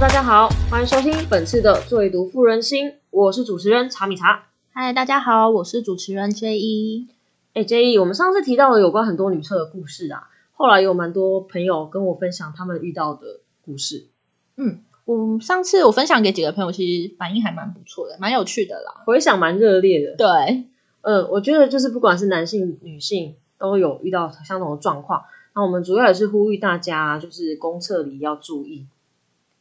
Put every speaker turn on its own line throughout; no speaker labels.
大家好，欢迎收听本次的《最毒妇人心》，我是主持人茶米茶。
嗨，大家好，我是主持人 J 一。
哎，J E，我们上次提到了有关很多女厕的故事啊，后来有蛮多朋友跟我分享他们遇到的故事。
嗯，我上次我分享给几个朋友，其实反应还蛮不错的，蛮有趣的啦。
回想蛮热烈的。
对，
嗯，我觉得就是不管是男性、女性都有遇到相同的状况。那我们主要也是呼吁大家，就是公厕里要注意。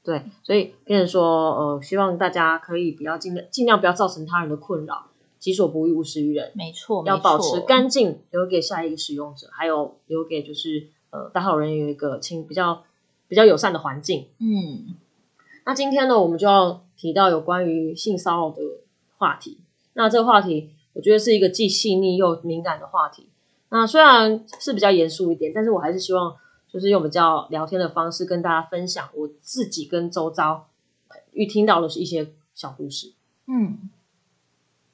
对，所以变成说，呃，希望大家可以不要尽量尽量不要造成他人的困扰，己所不欲，勿施于人。
没错，
要
没
保
错
持干净，留给下一个使用者，还有留给就是呃打扫人员有一个清比较比较友善的环境。
嗯，
那今天呢，我们就要提到有关于性骚扰的话题。那这个话题，我觉得是一个既细腻又敏感的话题。那虽然是比较严肃一点，但是我还是希望就是用比较聊天的方式跟大家分享我自己跟周遭呃遇听到的是一些小故事。
嗯，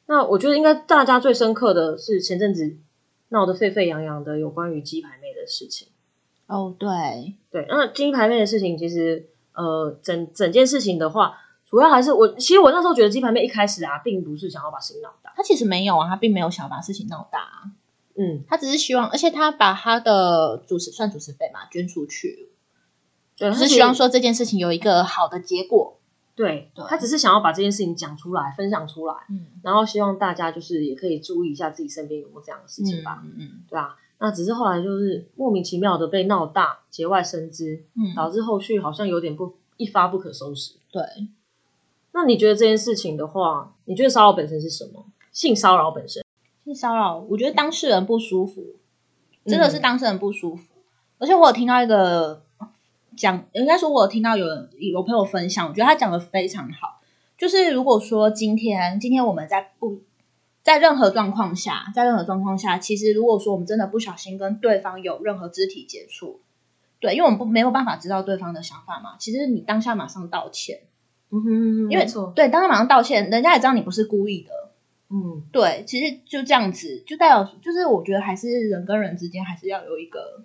那我觉得应该大家最深刻的是前阵子闹得沸沸扬扬的有关于鸡排妹的事情。
哦，对，
对，那鸡排妹的事情，其实呃，整整件事情的话，主要还是我，其实我那时候觉得鸡排妹一开始啊，并不是想要把事情闹大，
他其实没有啊，他并没有想要把事情闹大、啊，
嗯，
他只是希望，而且他把他的主持算主持费嘛捐出去，
对，
只
她
是
其
希望
实，
说这件事情有一个好的结果。
对，
对
她只是想要把这件事情讲出来，分享出来，
嗯，
然后希望大家就是也可以注意一下自己身边有没有这样的事情吧，
嗯嗯
对啊，那只是后来就是莫名其妙的被闹大，节外生枝，
嗯，
导致后续好像有点不一发不可收拾。
对。
那你觉得这件事情的话，你觉得骚扰本身是什么？性骚扰本身，
性骚扰，我觉得当事人不舒服，真的是
嗯
当事人不舒服。而且我有听到一个讲，应该说我有听到有人有朋友分享，我觉得他讲的非常好。就是如果说今天今天我们在不在任何状况下，在任何状况下，其实如果说我们真的不小心跟对方有任何肢体接触，对，因为我们不没有办法知道对方的想法嘛，其实你当下马上道歉，
嗯哼，
因为
没错，
对，当下马上道歉，人家也知道你不是故意的，
嗯，
对，其实就这样子，就代表就是我觉得还是人跟人之间还是要有一个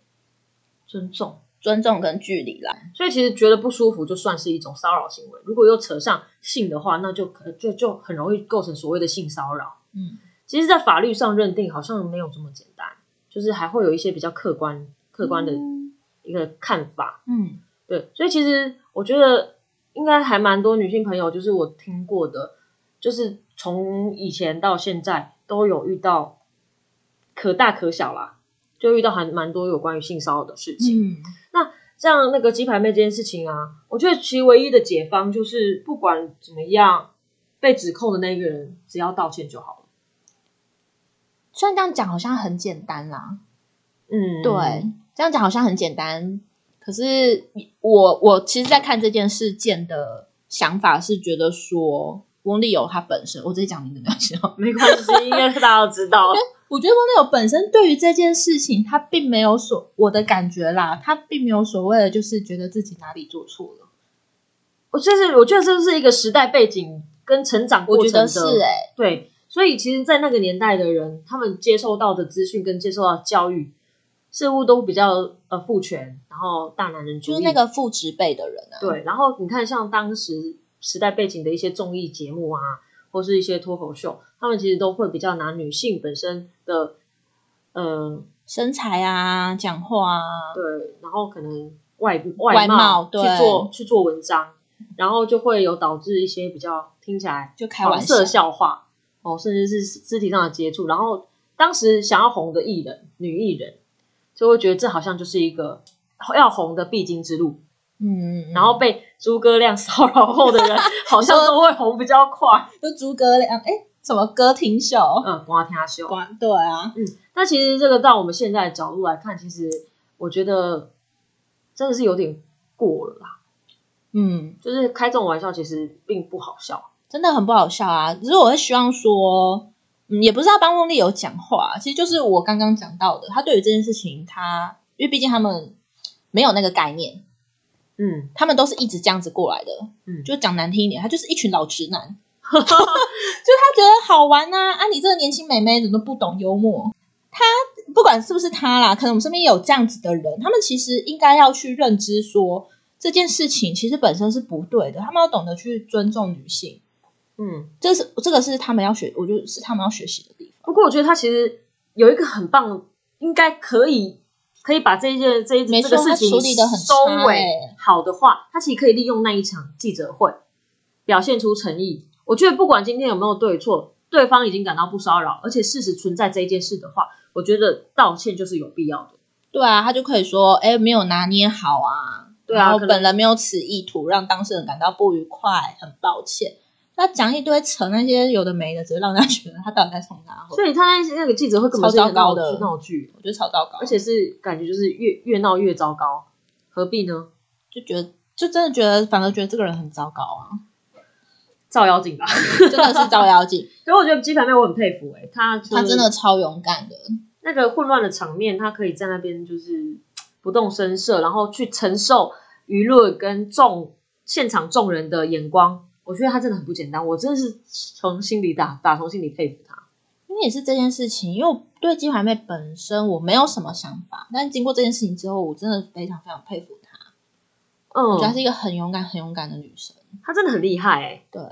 尊重。
尊重跟距离啦。
所以其实觉得不舒服就算是一种骚扰行为，如果又扯上性的话，那就可就就很容易构成所谓的性骚扰。
嗯，
其实，在法律上认定好像没有这么简单，就是还会有一些比较客观客观的
嗯
一个看法。
嗯
对，所以其实我觉得应该还蛮多女性朋友，就是我听过的，就是从以前到现在都有遇到，可大可小啦，就遇到还蛮多有关于性骚扰的事情。
嗯
像那个鸡排妹这件事情啊，我觉得其唯一的解方就是不管怎么样，被指控的那个人只要道歉就好了。
虽然这样讲好像很简单啦，
嗯，
对，这样讲好像很简单，可是我我其实，在看这件事件的想法是觉得说。翁立友他本身，我直接讲名字没关系哦。
没关系，应该是大家都知道。
我觉得翁立友本身对于这件事情，他并没有所我的感觉啦，他并没有所谓的就是觉得自己哪里做错了。
我就是我觉得这是一个时代背景跟成长过
我
程
觉
的
得是哎、
对，所以其实，在那个年代的人，他们接受到的资讯跟接受到的教育，似乎都比较呃父权，然后大男人主
就
义。
是那个父职辈的人啊。
对，然后你看，像当时时代背景的一些综艺节目啊，或是一些脱口秀，他们其实都会比较拿女性本身的，呃，
身材啊，讲话啊，
对，然后可能外
外
貌
貌
去
对
做去做文章，然后就会有导致一些比较听起来
就开
黄
玩笑
色。笑话哦，甚至是肢体上的接触。然后当时想要红的艺人，女艺人就会觉得这好像就是一个要红的必经之路。
嗯，
然后被诸葛亮骚扰后 的人，好像都会红比较快。
就诸葛亮，哎，什么歌厅秀？
嗯，瓜天修。
管对啊，
那其实这个到我们现在的角度来看，其实我觉得真的是有点过了啦。
嗯，
就是开这种玩笑，其实并不好笑。
真的很不好笑啊。只是我会希望说，嗯，也不是要帮翁立友讲话，啊其实就是我刚刚讲到的，他对于这件事情他，因为毕竟他们没有那个概念，
嗯，
他们都是一直这样子过来的。
嗯
就讲难听一点，他就是一群老直男。 就他觉得好玩呐、啊，啊，你这个年轻妹妹怎么都不懂幽默？他不管是不是他啦，可能我们身边也有这样子的人，他们其实应该要去认知说，这件事情其实本身是不对的，他们要懂得去尊重女性，
嗯，
这是这个是他们要学，我觉得是他们要学习的地方。
不过我觉得他其实有一个很棒，应该可以可以把这一件这一
没
这
错
个事情
他处理得很
收
差
尾
欸
好的话，他其实可以利用那一场记者会表现出诚意。我觉得不管今天有没有对错，对方已经感到不骚扰，而且事实存在这一件事的话，我觉得道歉就是有必要的。
对啊，他就可以说，哎，没有拿捏好啊，
对啊
然后
可能
本人没有此意图，让当事人感到不愉快，很抱歉。那讲一堆扯那些有的没的，只是让人家觉得他到底在冲哪？
所以他那那个记者会根本是一
超
个
糟糕
闹
的
剧，闹剧，
我觉得超糟糕，
而且是感觉就是越越闹越糟糕，何必呢？
就觉得就真的觉得，反而觉得这个人很糟糕啊，
照妖镜吧。
真的是照妖镜。
可是我觉得鸡排妹我很佩服哎、欸，她就是
他真的超勇敢的，
那个混乱的场面，她可以在那边就是不动声色，然后去承受舆论跟众现场众人的眼光。我觉得她真的很不简单，我真的是从心里打打从心里佩服她。
因为也是这件事情，因为我对鸡排妹本身我没有什么想法，但经过这件事情之后，我真的非常非常佩服她，我觉得
嗯，
她是一个很勇敢、很勇敢的女生。
她真的很厉害哎、
对，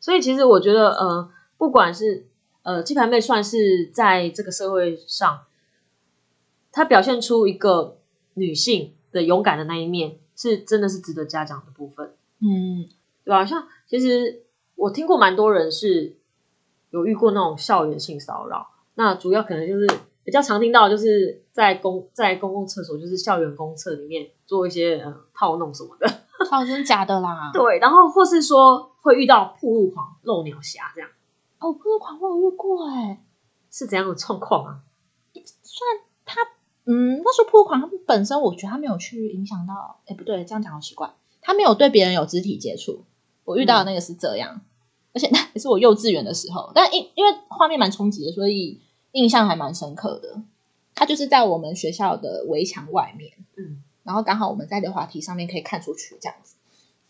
所以其实我觉得，呃，不管是呃鸡排妹，算是在这个社会上，她表现出一个女性的勇敢的那一面，是真的是值得嘉奖的部分，
嗯，
对吧？像其实我听过蛮多人是有遇过那种校园性骚扰，那主要可能就是比较常听到，就是在公在公共厕所，就是校园公厕里面做一些呃套弄什么的，
靠，真的假的啦？
对，然后或是说会遇到铺路狂、漏鸟侠这样。
哦，不是狂我有遇过哎、
是怎样的状况啊？
嗯，那时候破狂，他们本身我觉得他没有去影响到，哎，不对，这样讲好奇怪，他没有对别人有肢体接触。我遇到的那个是这样，而且那也是我幼稚园的时候，但因因为画面蛮冲击的，所以印象还蛮深刻的。他就是在我们学校的围墙外面，
嗯，
然后刚好我们在溜滑梯上面可以看出去这样子。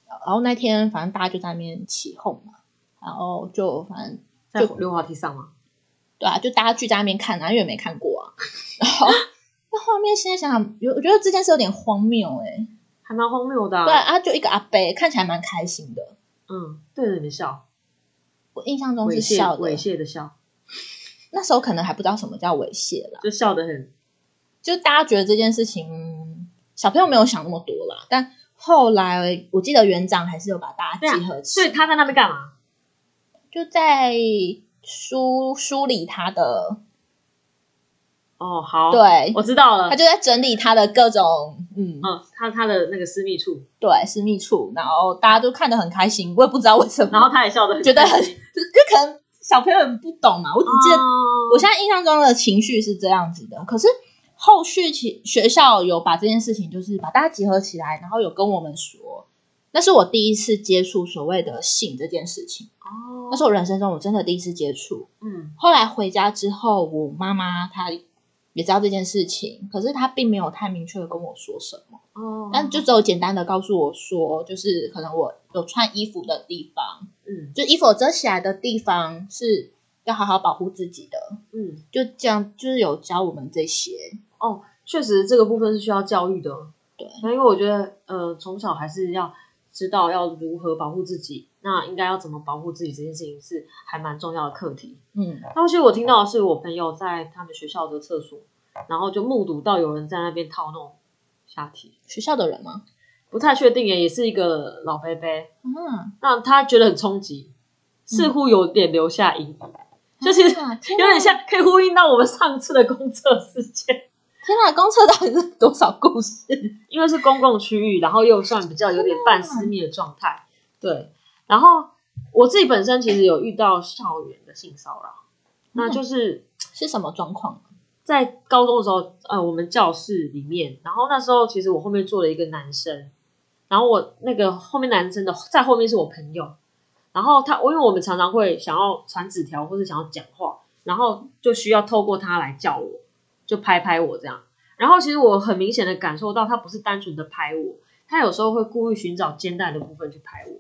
然后那天反正大家就在那边起哄嘛，然后就反正
在溜滑梯上吗？
对啊，就大家聚在那边看啊，因为没看过啊。然后那画面现在想想，有我觉得这件事有点荒谬哎、
还蛮荒谬的、啊。
对啊，就一个阿伯看起来蛮开心的，
嗯，对着你的笑，
我印象中
猥
是
亵
笑的
猥。亵的笑，
那时候可能还不知道什么叫猥亵啦，
就笑得很。
就大家觉得这件事情，嗯小朋友没有想那么多啦。但后来我记得园长还是有把大
对
家
啊
集合起
所以他在那边干嘛？
就在梳梳理他的，
哦，好，，
对，
我知道了
他。就在整理他的各种嗯
嗯，他他的那个私密处，
对私密处，然后大家都看得很开心，我也不知道为什么，
然后他也笑得很
觉得很，就就可能小朋友很不懂啊嘛，我只记得、
哦
我现在印象中的情绪是这样子的，可是后续其学校有把这件事情，就是把大家集合起来，然后有跟我们说，那是我第一次接触所谓的性这件事情，那
哦，
是我人生中我真的第一次接触，
嗯
后来回家之后，我妈妈她也知道这件事情，可是她并没有太明确的跟我说什么，
哦，
但就只有简单的告诉我说，就是可能我有穿衣服的地方，
嗯
就衣服有遮起来的地方是要好好保护自己的，
嗯，
就这样，就是有教我们这些。
确实这个部分是需要教育的。
对，
那因为我觉得呃，从小还是要知道要如何保护自己，那应该要怎么保护自己这件事情是还蛮重要的课题。
嗯，
当时我听到的是我朋友在他们学校的厕所，然后就目睹到有人在那边套弄下体，
学校的人吗？
不太确定耶，也是一个老伯伯，
啊，
让他觉得很冲击，似乎有点留下阴影，
嗯
就其实
啊天
有
哪
点像可以呼应到我们上次的公厕事件，
天哪，公厕到底是多少故事？
因为是公共区域，然后又算比较有点半私密的状态，对，然后我自己本身其实有遇到校园的性骚扰，那就是。
是什么状况？啊
在高中的时候，呃，我们教室里面，然后那时候其实我后面坐了一个男生，然后我那个后面男生的在后面是我朋友，然后他，我因为我们常常会想要传纸条或者想要讲话，然后就需要透过他来叫我，就拍拍我这样，然后其实我很明显的感受到他不是单纯的拍我，他有时候会故意寻找肩带的部分去拍我，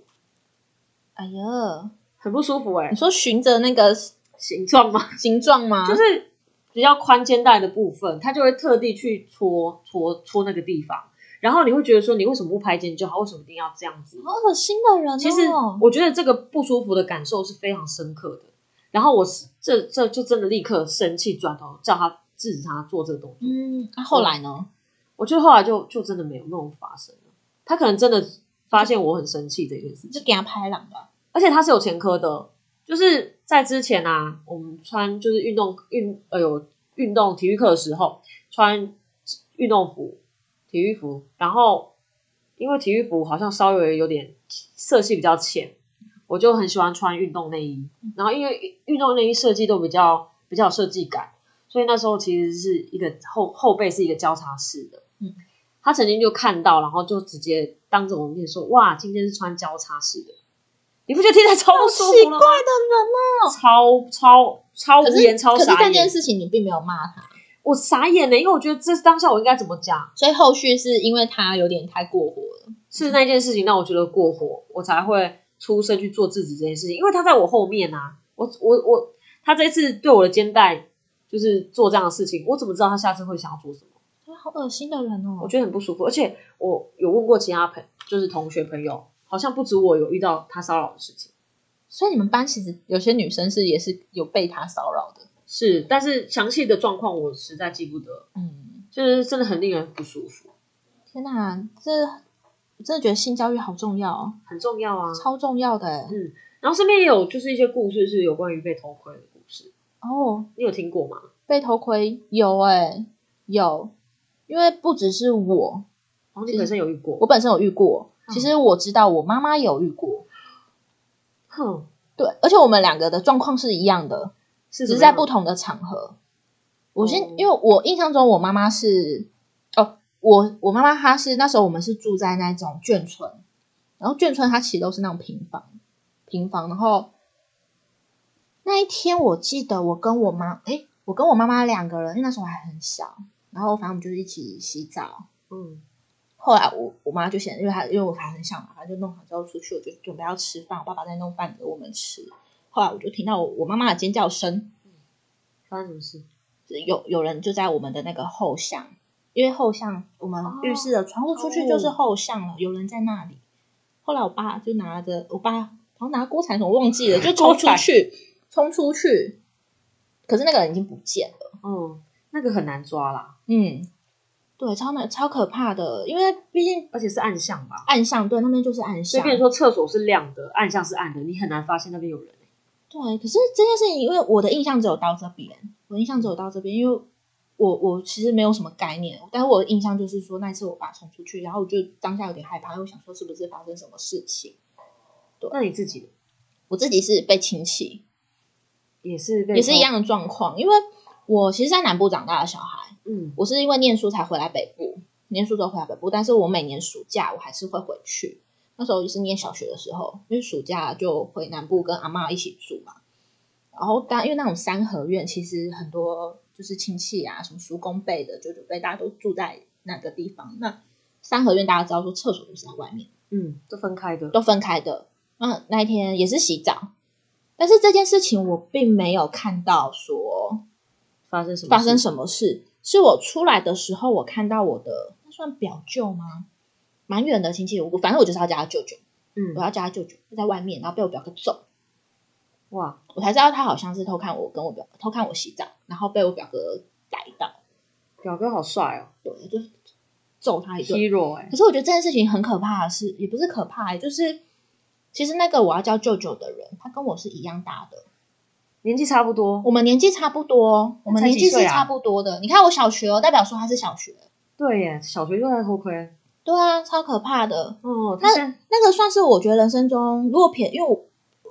哎呀，
很不舒服哎、
你说循着那个
形状吗？
形状吗？
就是比较宽肩带的部分，他就会特地去搓搓搓那个地方。然后你会觉得说，你为什么不排解就好？为什么一定要这样子？
好恶心的人、哦。
其实我觉得这个不舒服的感受是非常深刻的。然后我是这这就真的立刻生气，转头叫他制止他做这个动作。
嗯，那、后来呢？
我觉得后来就就真的没有那种发生了。他可能真的发现我很生气这件事情，
就给他拍两吧。
而且他是有前科的，哦就是在之前啊，我们穿就是运动运呃有运动体育课的时候穿运动服、体育服，然后因为体育服好像稍微有点色系比较浅，我就很喜欢穿运动内衣，然后因为运动内衣设计都比较比较有设计感，所以那时候其实是一个后后背是一个交叉式的，
嗯，
他曾经就看到，然后就直接当着我们面说，哇，今天是穿交叉式的，你不觉得听起来超不舒
奇
服了
怪的
吗？
人
超超超无
呢、可
言，
是
超
可是
傻
这
眼
件，事情你并没有骂他，
我傻眼了，因为我觉得这当下我应该怎么讲？
所以后续是因为他有点太过火了。
是那件事情让我觉得过火，我才会出声去做制止这件事情。因为他在我后面啊，我我我，他这一次对我的肩带就是做这样的事情，我怎么知道他下次会想要做什么？
啊好恶心的人哦
我！觉得很不舒服，而且我有问过其他朋，就是同学朋友，好像不止我有遇到他骚扰的事情。
所以你们班其实有些女生是也是有被他骚扰的。
是，但是详细的状况我实在记不得，
嗯，
就是真的很令人不舒服，
天哪，这我真的觉得性教育好重要哦，
很重要啊。
超重要的欸。
嗯，然后身边也有就是一些故事是有关于被偷窥的故事，
哦，
你有听过吗？
被头盔有哎、有，因为不只是我，
然后你本身有遇过？
我本身有遇过，其实我知道我妈妈有遇过，
哼，
对，而且我们两个的状况是一样的，
是什
只是
么
在
样的
不同的场合。我先，
哦
因为我印象中我妈妈是，哦，我我妈妈她是那时候我们是住在那种眷村，然后眷村它其实都是那种平房，平房，然后那一天我记得我跟我妈，诶，我跟我妈妈两个人，因为那时候我还很小，然后反正我们就是一起洗澡，
嗯
后来我我妈就嫌，因为她因为我还很小嘛，她就弄好之后出去，我就准备要吃饭，我爸爸在弄饭给我们吃。后来我就听到我我妈妈的尖叫声，，
发生什么事？
就是有有人就在我们的那个后巷，因为后巷我们
哦
浴室的窗户出去就是后巷了，有人在那里。后来我爸就拿着我爸好像拿锅铲什么忘记了，就冲出去，冲出去，可是那个人已经不见了。
哦，那个很难抓啦，
嗯，对，超难超可怕的，因为毕竟
而且是暗巷吧，
暗巷，对，那边就是暗
所
巷
以。变成说厕所是亮的，暗巷是暗的，你很难发现那边有人、欸
对，可是这件事情，因为我的印象只有到这边，我印象只有到这边，因为我我其实没有什么概念，但是我的印象就是说那一次我爸冲出去，然后我就当下有点害怕，因为我想说是不是发生什么事情。
那你自己
我自己是被亲戚，
也是被
也是
偷
一，样的状况，因为我其实，在南部长大的小孩，
嗯
我是因为念书才回来北部，念书之后回来北部，但是我每年暑假我还是会回去。那时候也是念小学的时候，因为暑假就回南部跟阿嬷一起住嘛。然后当因为那种三合院，其实很多就是亲戚啊，什么叔公辈的、舅舅辈，大家都住在那个地方。那三合院大家知道说厕所都是在外面，
嗯，都分开的，
都分开的。那那一天也是洗澡，但是这件事情我并没有看到说
发生什么？
发生什么事？是我出来的时候，我看到我的那算表舅吗？蛮远的亲戚，我反正我就是要叫他舅舅，
嗯
我，要叫他舅舅，他在外面，然后被我表哥揍，
哇，
我才知道他好像是偷看我跟我表偷看我洗澡，然后被我表哥逮到，
表哥好帅哦
对，就揍他一顿。
，hero 哎、
可是我觉得这件事情很可怕的是，也不是可怕、欸就是其实那个我要叫舅舅的人，他跟我是一样大的，
年纪差不多，
我们年纪差不多，我们
才
年
几
纪是
岁啊
差不多的。你看我小学哦，代表说他是小学，
对耶，小学就在偷窥，
对啊，超可怕的。
哦，他现在
那个算是我觉得人生中，如果撇，因为我，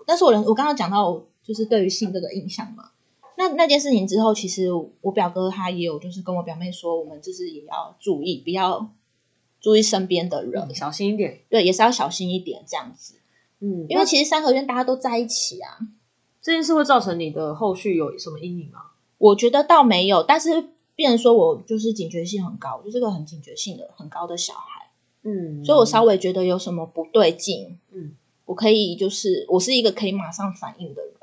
但是我人我刚刚讲到我就是对于性这个印象嘛。那那件事情之后，其实我表哥他也有就是跟我表妹说，我们就是也要注意，不要注意身边的人，
嗯小心一点，
对，也是要小心一点这样子。
嗯，
因为其实三合院大家都在一起啊，
这件事会造成你的后续有什么阴影吗？
我觉得倒没有，但是变成说我就是警觉性很高，我就是个很警觉性的很高的小孩。
嗯，
所以我稍微觉得有什么不对劲，
嗯，
我可以就是我是一个可以马上反应的人，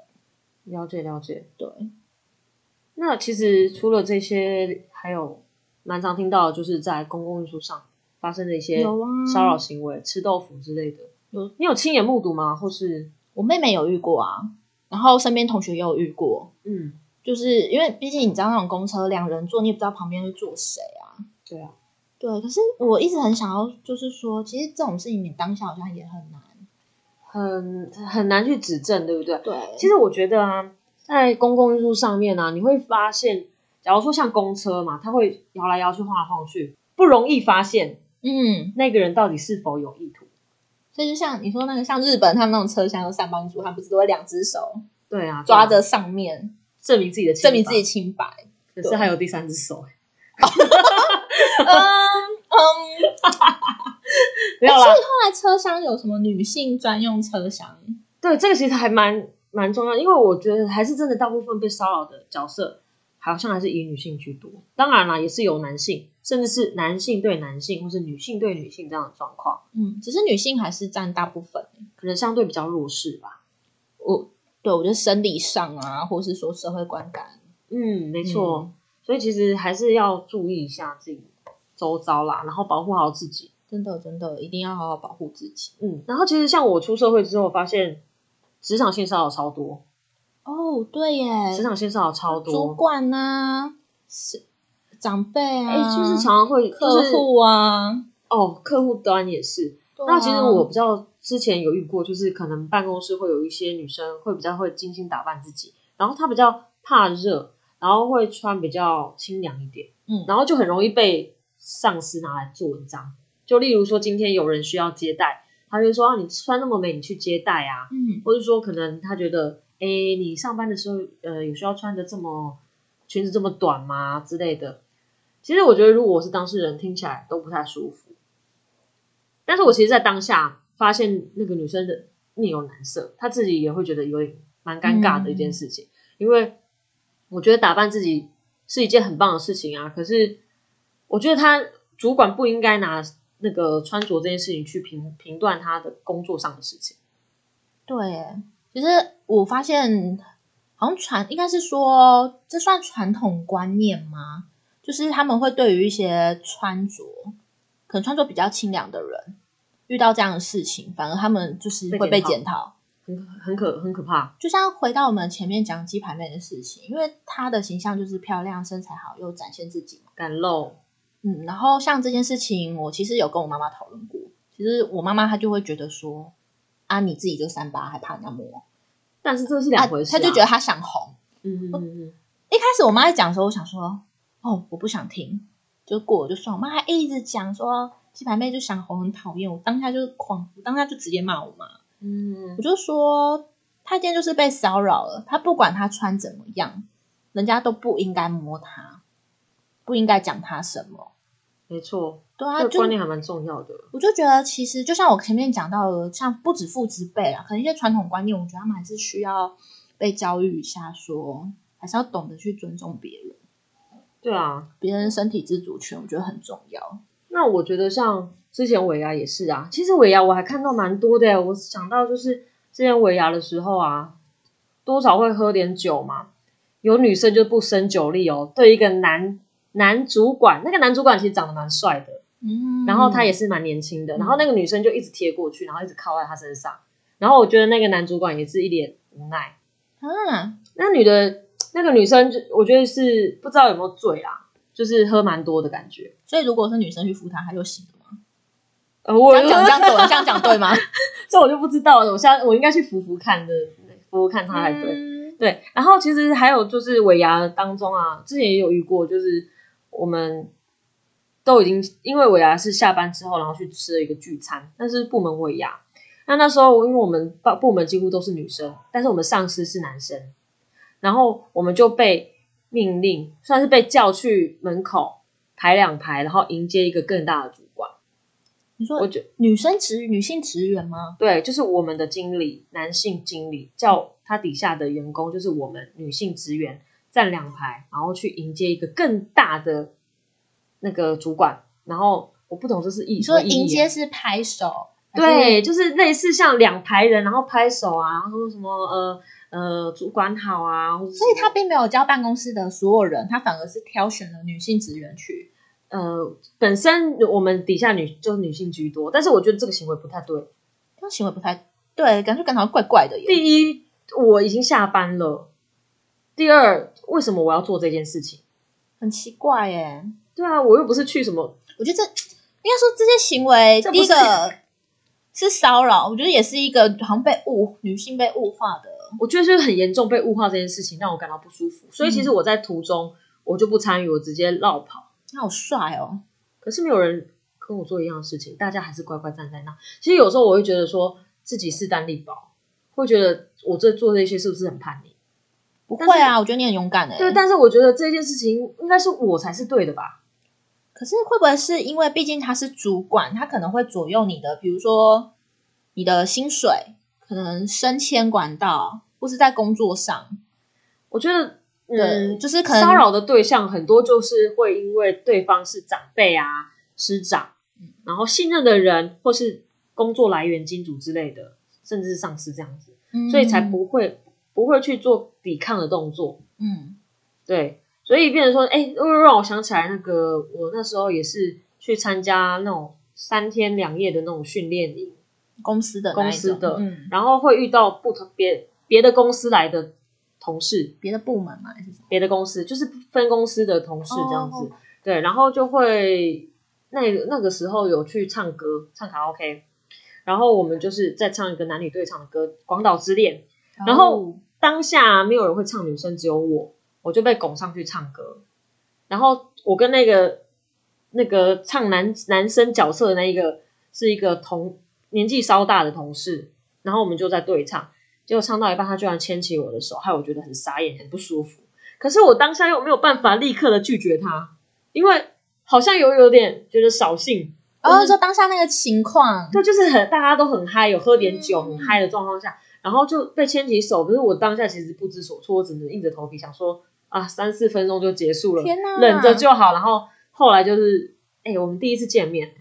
了解了解。
对，
那其实除了这些，还有蛮常听到，的就是在公共运输上发生的一些
有啊
骚扰行为、吃豆腐之类的。
有
你有亲眼目睹吗？或是
我妹妹有遇过啊，然后身边同学也有遇过，
嗯，
就是因为毕竟你知道那种公车两人坐，你也不知道旁边会坐谁啊。
对啊，
对，可是我一直很想要，就是说，其实这种事情你当下好像也很难。
很很难去指证，对不对？
对，
其实我觉得啊，在公共运输上面呢、啊，你会发现，假如说像公车嘛，它会摇来摇去、晃来晃去，不容易发现
嗯，
那个人到底是否有意图。
所以就像你说那个，像日本他们那种车厢有上班族，他们不是都会两只手
对啊，
抓着上面，
证明自己的清白，
证明自己清白。
可是还有第三只手，欸
嗯嗯，
没有啦。
后来车厢有什么女性专用车厢？
对，这个其实还蛮蛮重要，因为我觉得还是真的大部分被骚扰的角色，好像还是以女性居多。当然啦，也是有男性，甚至是男性对男性或是女性对女性这样的状况，
嗯，只是女性还是占大部分。
可能相对比较弱势吧。
我对我觉得生理上啊，或是说社会观感，
嗯，没错。所以其实还是要注意一下自己周遭啦，然后保护好自己。
真的真的一定要好好保护自己。
嗯，然后其实像我出社会之后，发现职场性骚扰超多，
哦，对耶，
职场性骚扰超多。
主管呐、是长辈啊，
哎、就是常常会就是
客户啊。
哦，客户端也是，
对啊
那其实我比较之前有遇过，就是可能办公室会有一些女生会比较会精心打扮自己，然后她比较怕热，然后会穿比较清凉一点，
嗯
然后就很容易被上司拿来做文章。就例如说，今天有人需要接待，他就说啊，你穿那么美，你去接待啊，
嗯，
或者说可能他觉得，哎，你上班的时候，呃，有需要穿的这么裙子这么短吗之类的。其实我觉得，如果我是当事人，听起来都不太舒服。但是我其实，在当下发现那个女生的面有难色，她自己也会觉得有点蛮尴尬的一件事情，因为我觉得打扮自己是一件很棒的事情啊。可是我觉得她主管不应该拿那个穿着这件事情去评评断她的工作上的事情。
对耶。其实我发现，好像传应该是说，这算传统观念吗？就是他们会对于一些穿着，可能穿着比较清凉的人，遇到这样的事情，反而他们就是会
被
被
检
检讨。
很很可很可怕。
就像回到我们前面讲鸡排妹的事情，因为她的形象就是漂亮、身材好又展现自己嘛。
敢露，
嗯，然后像这件事情，我其实有跟我妈妈讨论过。其实我妈妈她就会觉得说，啊，你自己就三八，还怕人家摸？
但是这是
啊
两回事、啊
她就觉得，哦她想红。
嗯嗯嗯嗯，
一开始我妈在讲的时候，我想说，哦，我不想听，就过了就算。我妈还一直讲说，鸡排妹就想红，很讨厌。我当下就狂，我当下就直接骂我妈。
嗯
我就说，他今天就是被骚扰了，他不管他穿怎么样，人家都不应该摸他，不应该讲他什么。
没错，
对
这
啊，
个
就
观念还蛮重要的。
我就觉得，其实就像我前面讲到的，像不止父之辈啦，可能一些传统观念，我觉得他们还是需要被教育一下说，还是要懂得去尊重别人，
对啊，
别人身体自主权，我觉得很重要。
那我觉得像之前尾牙也是啊，其实尾牙我还看到蛮多的耶，欸我想到就是之前尾牙的时候啊，多少会喝点酒嘛，有女生就不胜酒力哦，对一个男男主管，那个男主管其实长得蛮帅的，
嗯
然后他也是蛮年轻的，
嗯
然后那个女生就一直贴过去，然后一直靠在他身上，然后我觉得那个男主管也是一脸无奈。
啊，
那女的，那个女生就我觉得是不知道有没有醉啦，就是喝蛮多的感觉。
所以如果是女生去扶他，他就行了吗？
呃，我
这样讲这样对，这样讲对吗？
这我就不知道了。我现在我应该去扶扶看的，扶扶看她才对。
嗯
对，然后其实还有就是尾牙当中啊，之前也有遇过，就是我们都已经因为尾牙是下班之后，然后去吃了一个聚餐，那是部门尾牙。那那时候因为我们部部门几乎都是女生，但是我们上司是男生，然后我们就被命令，算是被叫去门口排两排，然后迎接一个更大的主管。
你说
我觉
女生职女性职员吗？
对，就是我们的经理，男性经理叫他底下的员工，就是我们女性职员站两排，然后去迎接一个更大的那个主管。然后我不懂这是意，
你说
什么意义啊
迎接是拍手，
对，就是类似像两排人，然后拍手啊，然后说什么呃呃主管好啊，或者
所以他并没有教办公室的所有人，他反而是挑选了女性职员去。
呃，本身我们底下女就是女性居多，但是我觉得这个行为不太对。
这样行为不太对，感觉感觉好像怪怪的耶。
第一，我已经下班了；第二，为什么我要做这件事情？
很奇怪耶。
对啊，我又不是去什么，
我觉得这应该说这些行为，
这不
第一
是
个是骚扰，我觉得也是一个好像被物女性被物化的。
我觉得就是很严重被物化这件事情，让我感到不舒服。所以其实我在途中我就不参与，我直接绕跑。
他好帅哦，
可是没有人跟我做一样的事情，大家还是乖乖站在那。其实有时候我会觉得说自己势单力薄，会觉得我这做这些是不是很叛逆？
不
但是
会啊，我觉得你很勇敢哎。
对，但是我觉得这件事情应该是我才是对的吧？
可是会不会是因为毕竟他是主管，他可能会左右你的，比如说你的薪水，可能升迁管道，或是在工作上，
我觉得，
对，
嗯，
就是可能
骚扰的对象很多就是会因为对方是长辈啊、师长，
嗯
然后信任的人或是工作来源、金主之类的，甚至是上司这样子，
嗯
所以才不会不会去做抵抗的动作。
嗯
对，所以变成说，哎，又让我想起来那个，我那时候也是去参加那种三天两夜的那种训练营，
公司的那一
公司
种
的
嗯
然后会遇到不同别别的公司来的同事，
别的部门嘛还是什么
别的公司，就是分公司的同事这样子。
哦
对，然后就会那那个时候有去唱歌，唱卡拉 OK，然后我们就是在唱一个男女对唱的歌《广岛之恋》，然
哦
后当下没有人会唱女生，只有我，我就被拱上去唱歌，然后我跟那个那个唱男男生角色的那一个是一个同年纪稍大的同事，然后我们就在对唱，结果唱到一半，他居然牵起我的手，害我觉得很傻眼，很不舒服。可是我当下又没有办法立刻的拒绝他，因为好像有有点觉得扫兴，
然后
就是
哦说当下那个情况，
对，就是很大家都很嗨，有喝点酒很
嗯
嗨的状况下，然后就被牵起手。可是我当下其实不知所措，我只能硬着头皮想说啊，三四分钟就结束了，
天哪
忍着就好。然后后来就是，哎、我们第一次见面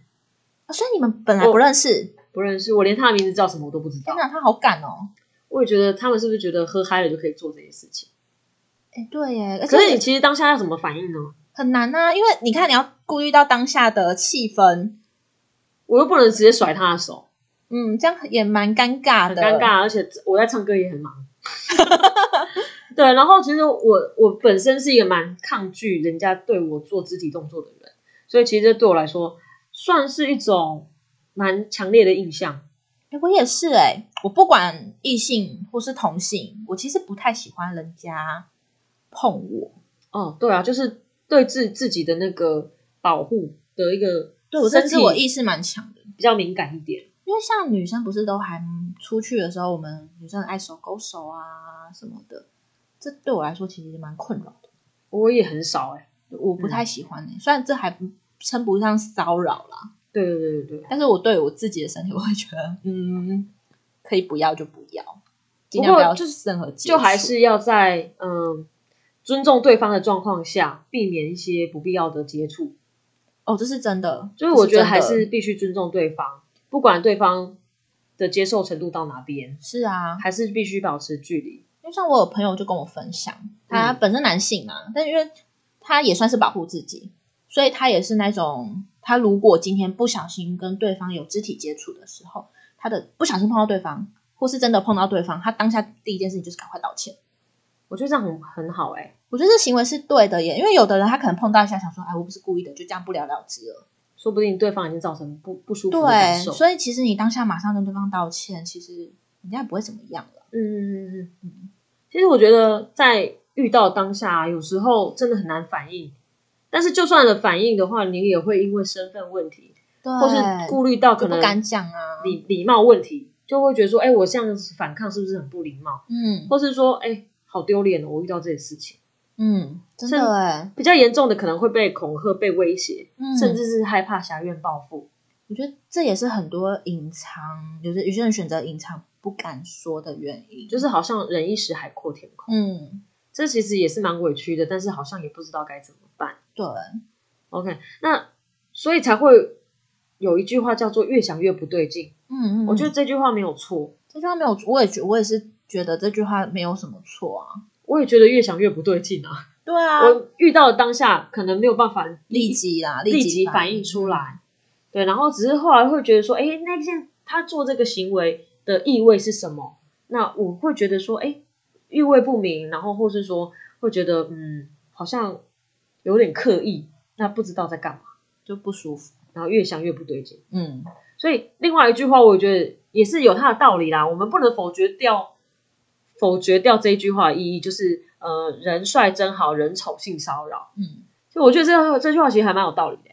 哦所以你们本来不
我
认识，
不认识，我连他的名字叫什么我都不知道
天。哪，他好敢哦，
我也觉得他们是不是觉得喝嗨了就可以做这些事情？
哎，对耶，而
可是你
且
其实当下要怎么反应呢？
很难啊，因为你看你要顾虑到当下的气氛，
我又不能直接甩他的手，
嗯，这样也蛮尴尬
很
的，
尴尬，而且我在唱歌也很忙。 对，然后其实我我本身是一个蛮抗拒人家对我做肢体动作的人，所以其实这对我来说算是一种蛮强烈的印象。
欸我也是哎、我不管异性或是同性，我其实不太喜欢人家碰我。
哦，对啊，就是对自自己的那个保护的一个
对我
身
这
体
自我意识蛮强的，
比较敏感一点。
因为像女生不是都还出去的时候，我们女生很爱手勾手啊什么的，这对我来说其实蛮困扰的，
我也很少哎、
我不太喜欢、欸。虽然这还不称不上骚扰啦，
对对对对对。
但是我对我自己的身体，我会觉得嗯，可以不要就不要，尽
不
量不
过
要
就是
任何接
就还
触
是要在嗯、尊重对方的状况下，避免一些不必要的接触。
哦，这是真的，
就是我觉得还
这真
是
的
必须尊重对方，不管对方的接受程度到哪边，
是啊，
还是必须保持距离。
因为像我有朋友就跟我分享，他
嗯
本身男性嘛，但因为他也算是保护自己，所以他也是那种，他如果今天不小心跟对方有肢体接触的时候，他的不小心碰到对方，或是真的碰到对方，他当下第一件事情就是赶快道歉。
我觉得这样很很好哎、
我觉得这行为是对的耶，因为有的人他可能碰到一下，想说，哎，我不是故意的，就这样不了了之了。
说不定对方已经造成不不舒服的感
对，
受。
所以其实你当下马上跟对方道歉，其实人家也不会怎么样了。
嗯嗯嗯嗯嗯。其实我觉得在遇到当下，啊有时候真的很难反应。但是就算了反应的话，你也会因为身份问题，
对，
或是顾虑到可
就不
能
敢讲啊。
礼礼貌问题，就会觉得说，哎、我这样子反抗是不是很不礼貌？
嗯
或是说，哎、好丢脸哦，我遇到这些事情。
嗯，真
甚
的哎。
比较严重的可能会被恐吓、被威胁，
嗯
甚至是害怕侠怨报复。
我觉得这也是很多隐藏，就是有些人选择隐藏不敢说的原因，
就是好像忍一时海阔天空，
嗯，
这其实也是蛮委屈的，但是好像也不知道该怎么办。
对，
OK，那所以才会有一句话叫做“越想越不对劲”
嗯嗯，
我觉得这句话没有错，
这句话没有，我也觉我也是觉得这句话没有什么错啊，
我也觉得越想越不对劲啊。
对啊，
我遇到的当下可能没有办法
立即啦，
立
即
即反应出来。对，然后只是后来会觉得说，哎，那件他做这个行为的意味是什么？那我会觉得说，哎，意味不明，然后或是说会觉得，嗯，好像有点刻意，那不知道在干嘛，
就不舒服。
然后越想越不对劲。
嗯，
所以另外一句话，我觉得也是有它的道理啦。我们不能否决掉否决掉这一句话的意义，就是呃，人帅真好，人丑性骚扰。
嗯，
就我觉得这这句话其实还蛮有道理的。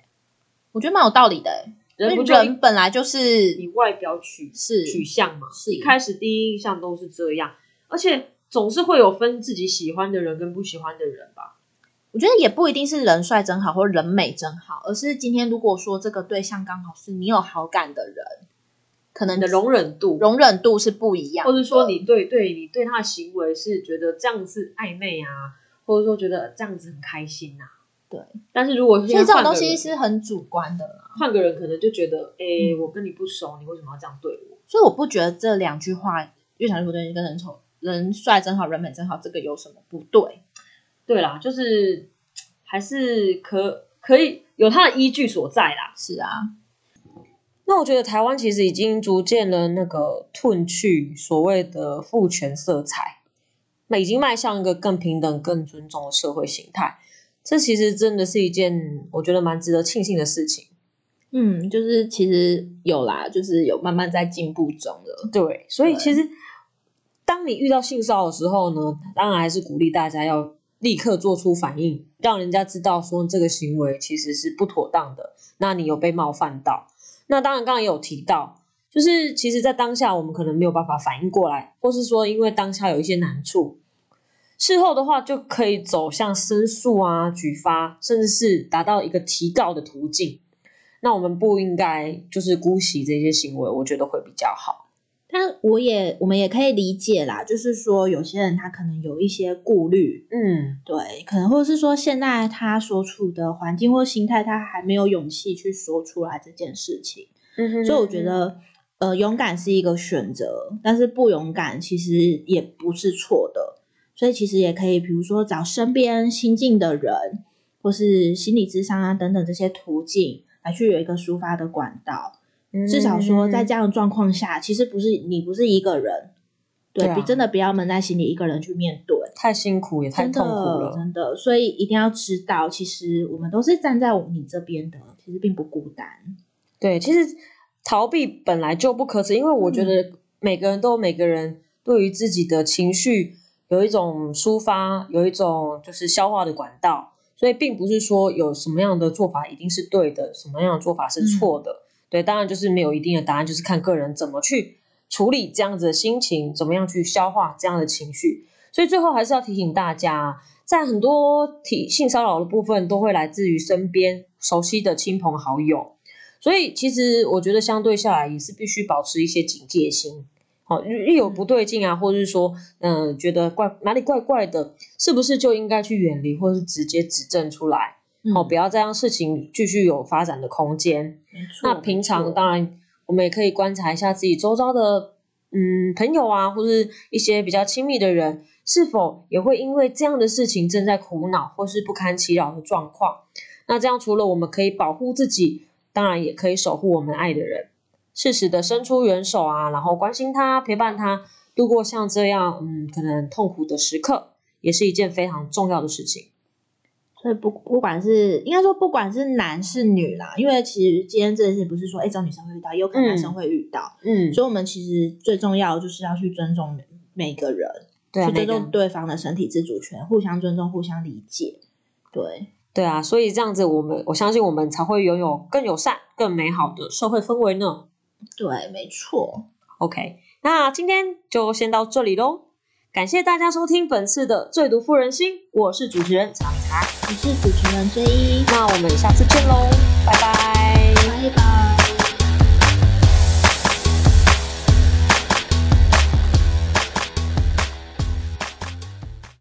我觉得蛮有道理的欸，因
人
为
不就
人本来就是
以外表取
是
取向嘛，
是
一开始第一印象都是这样，而且总是会有分自己喜欢的人跟不喜欢的人吧。
我觉得也不一定是人帅真好或人美真好，而是今天如果说这个对象刚好是你有好感的人，可能
你的容忍度，
容忍度是不一样的，
或者说你对对你对他的行为是觉得这样是暧昧啊，或者说觉得这样子很开心啊。
对，
但是如果
所以这种东
是
西是很主观的啦。
换个人可能就觉得，哎、
嗯
我跟你不熟，你为什么要这样对我？
所以我不觉得这两句话“越想越不对劲”跟“人丑人帅真好，人美真好”这个有什么不对？
对啦，就是还是可可以有它的依据所在啦。
是啊，
那我觉得台湾其实已经逐渐的那个褪去所谓的父权色彩，那已经迈向一个更平等、更尊重的社会形态。这其实真的是一件我觉得蛮值得庆幸的事情。
嗯，就是其实有啦，就是有慢慢在进步中了。
对，所以
对
其实当你遇到性骚扰的时候呢，当然还是鼓励大家要立刻做出反应，让人家知道说这个行为其实是不妥当的，那你有被冒犯到。那当然，刚刚也有提到，就是其实，在当下我们可能没有办法反应过来，或是说因为当下有一些难处，事后的话就可以走向申诉啊、举发，甚至是达到一个提告的途径。那我们不应该就是姑息这些行为，我觉得会比较好。
但我也我们也可以理解啦，就是说有些人他可能有一些顾虑，
嗯，
对，可能或是说现在他所处的环境或心态，他还没有勇气去说出来这件事情，
嗯
所以我觉得，呃，勇敢是一个选择，但是不勇敢其实也不是错的，所以其实也可以，比如说找身边亲近的人，或是心理咨商啊等等这些途径，来去有一个抒发的管道。
嗯
至少说在这样的状况下，其实不是你不是一个人，对，
对啊
比真的不要闷在心里一个人去面对。
太辛苦也太
真的
痛苦了。
真的，所以一定要知道，其实我们都是站在我你这边的，其实并不孤单。
对，其实逃避本来就不可耻，因为我觉得每个人都有每个人对于自己的情绪有一种抒发，有一种就是消化的管道，所以并不是说有什么样的做法一定是对的，什么样的做法是错的。对，当然就是没有一定的答案，就是看个人怎么去处理这样子的心情，怎么样去消化这样的情绪。所以最后还是要提醒大家，在很多体性骚扰的部分都会来自于身边熟悉的亲朋好友，所以其实我觉得相对下来也是必须保持一些警戒心。好，一一有不对劲啊，或者是说，嗯、觉得怪哪里怪怪的，是不是就应该去远离，或是直接指正出来？哦，不
要，
要再让事情继续有发展的空间。
没错
那平常，
没错
当然，我们也可以观察一下自己周遭的嗯朋友啊，或是一些比较亲密的人，是否也会因为这样的事情正在苦恼或是不堪其扰的状况。那这样，除了我们可以保护自己，当然也可以守护我们爱的人，适时的伸出援手啊，然后关心他，陪伴他度过像这样嗯可能痛苦的时刻，也是一件非常重要的事情。
所以不不管是应该说不管是男是女啦，因为其实今天这件事情不是说哎、诶只有女生会遇到，也有可能男生会遇到，
嗯，
所以我们其实最重要就是要去尊重每每个人，
对啊，
去
每
尊
个
重
人
对方的身体自主权，互相尊重，互相理解。对，
对啊，所以这样子，我们我相信我们才会拥有更友善、更美好的社会氛围呢。
对，没错。
OK，那今天就先到这里喽，感谢大家收听本次的《最毒妇人心》，我是主持人常茶，
我是主持人之一，
那我们下次见喽，拜拜
拜拜。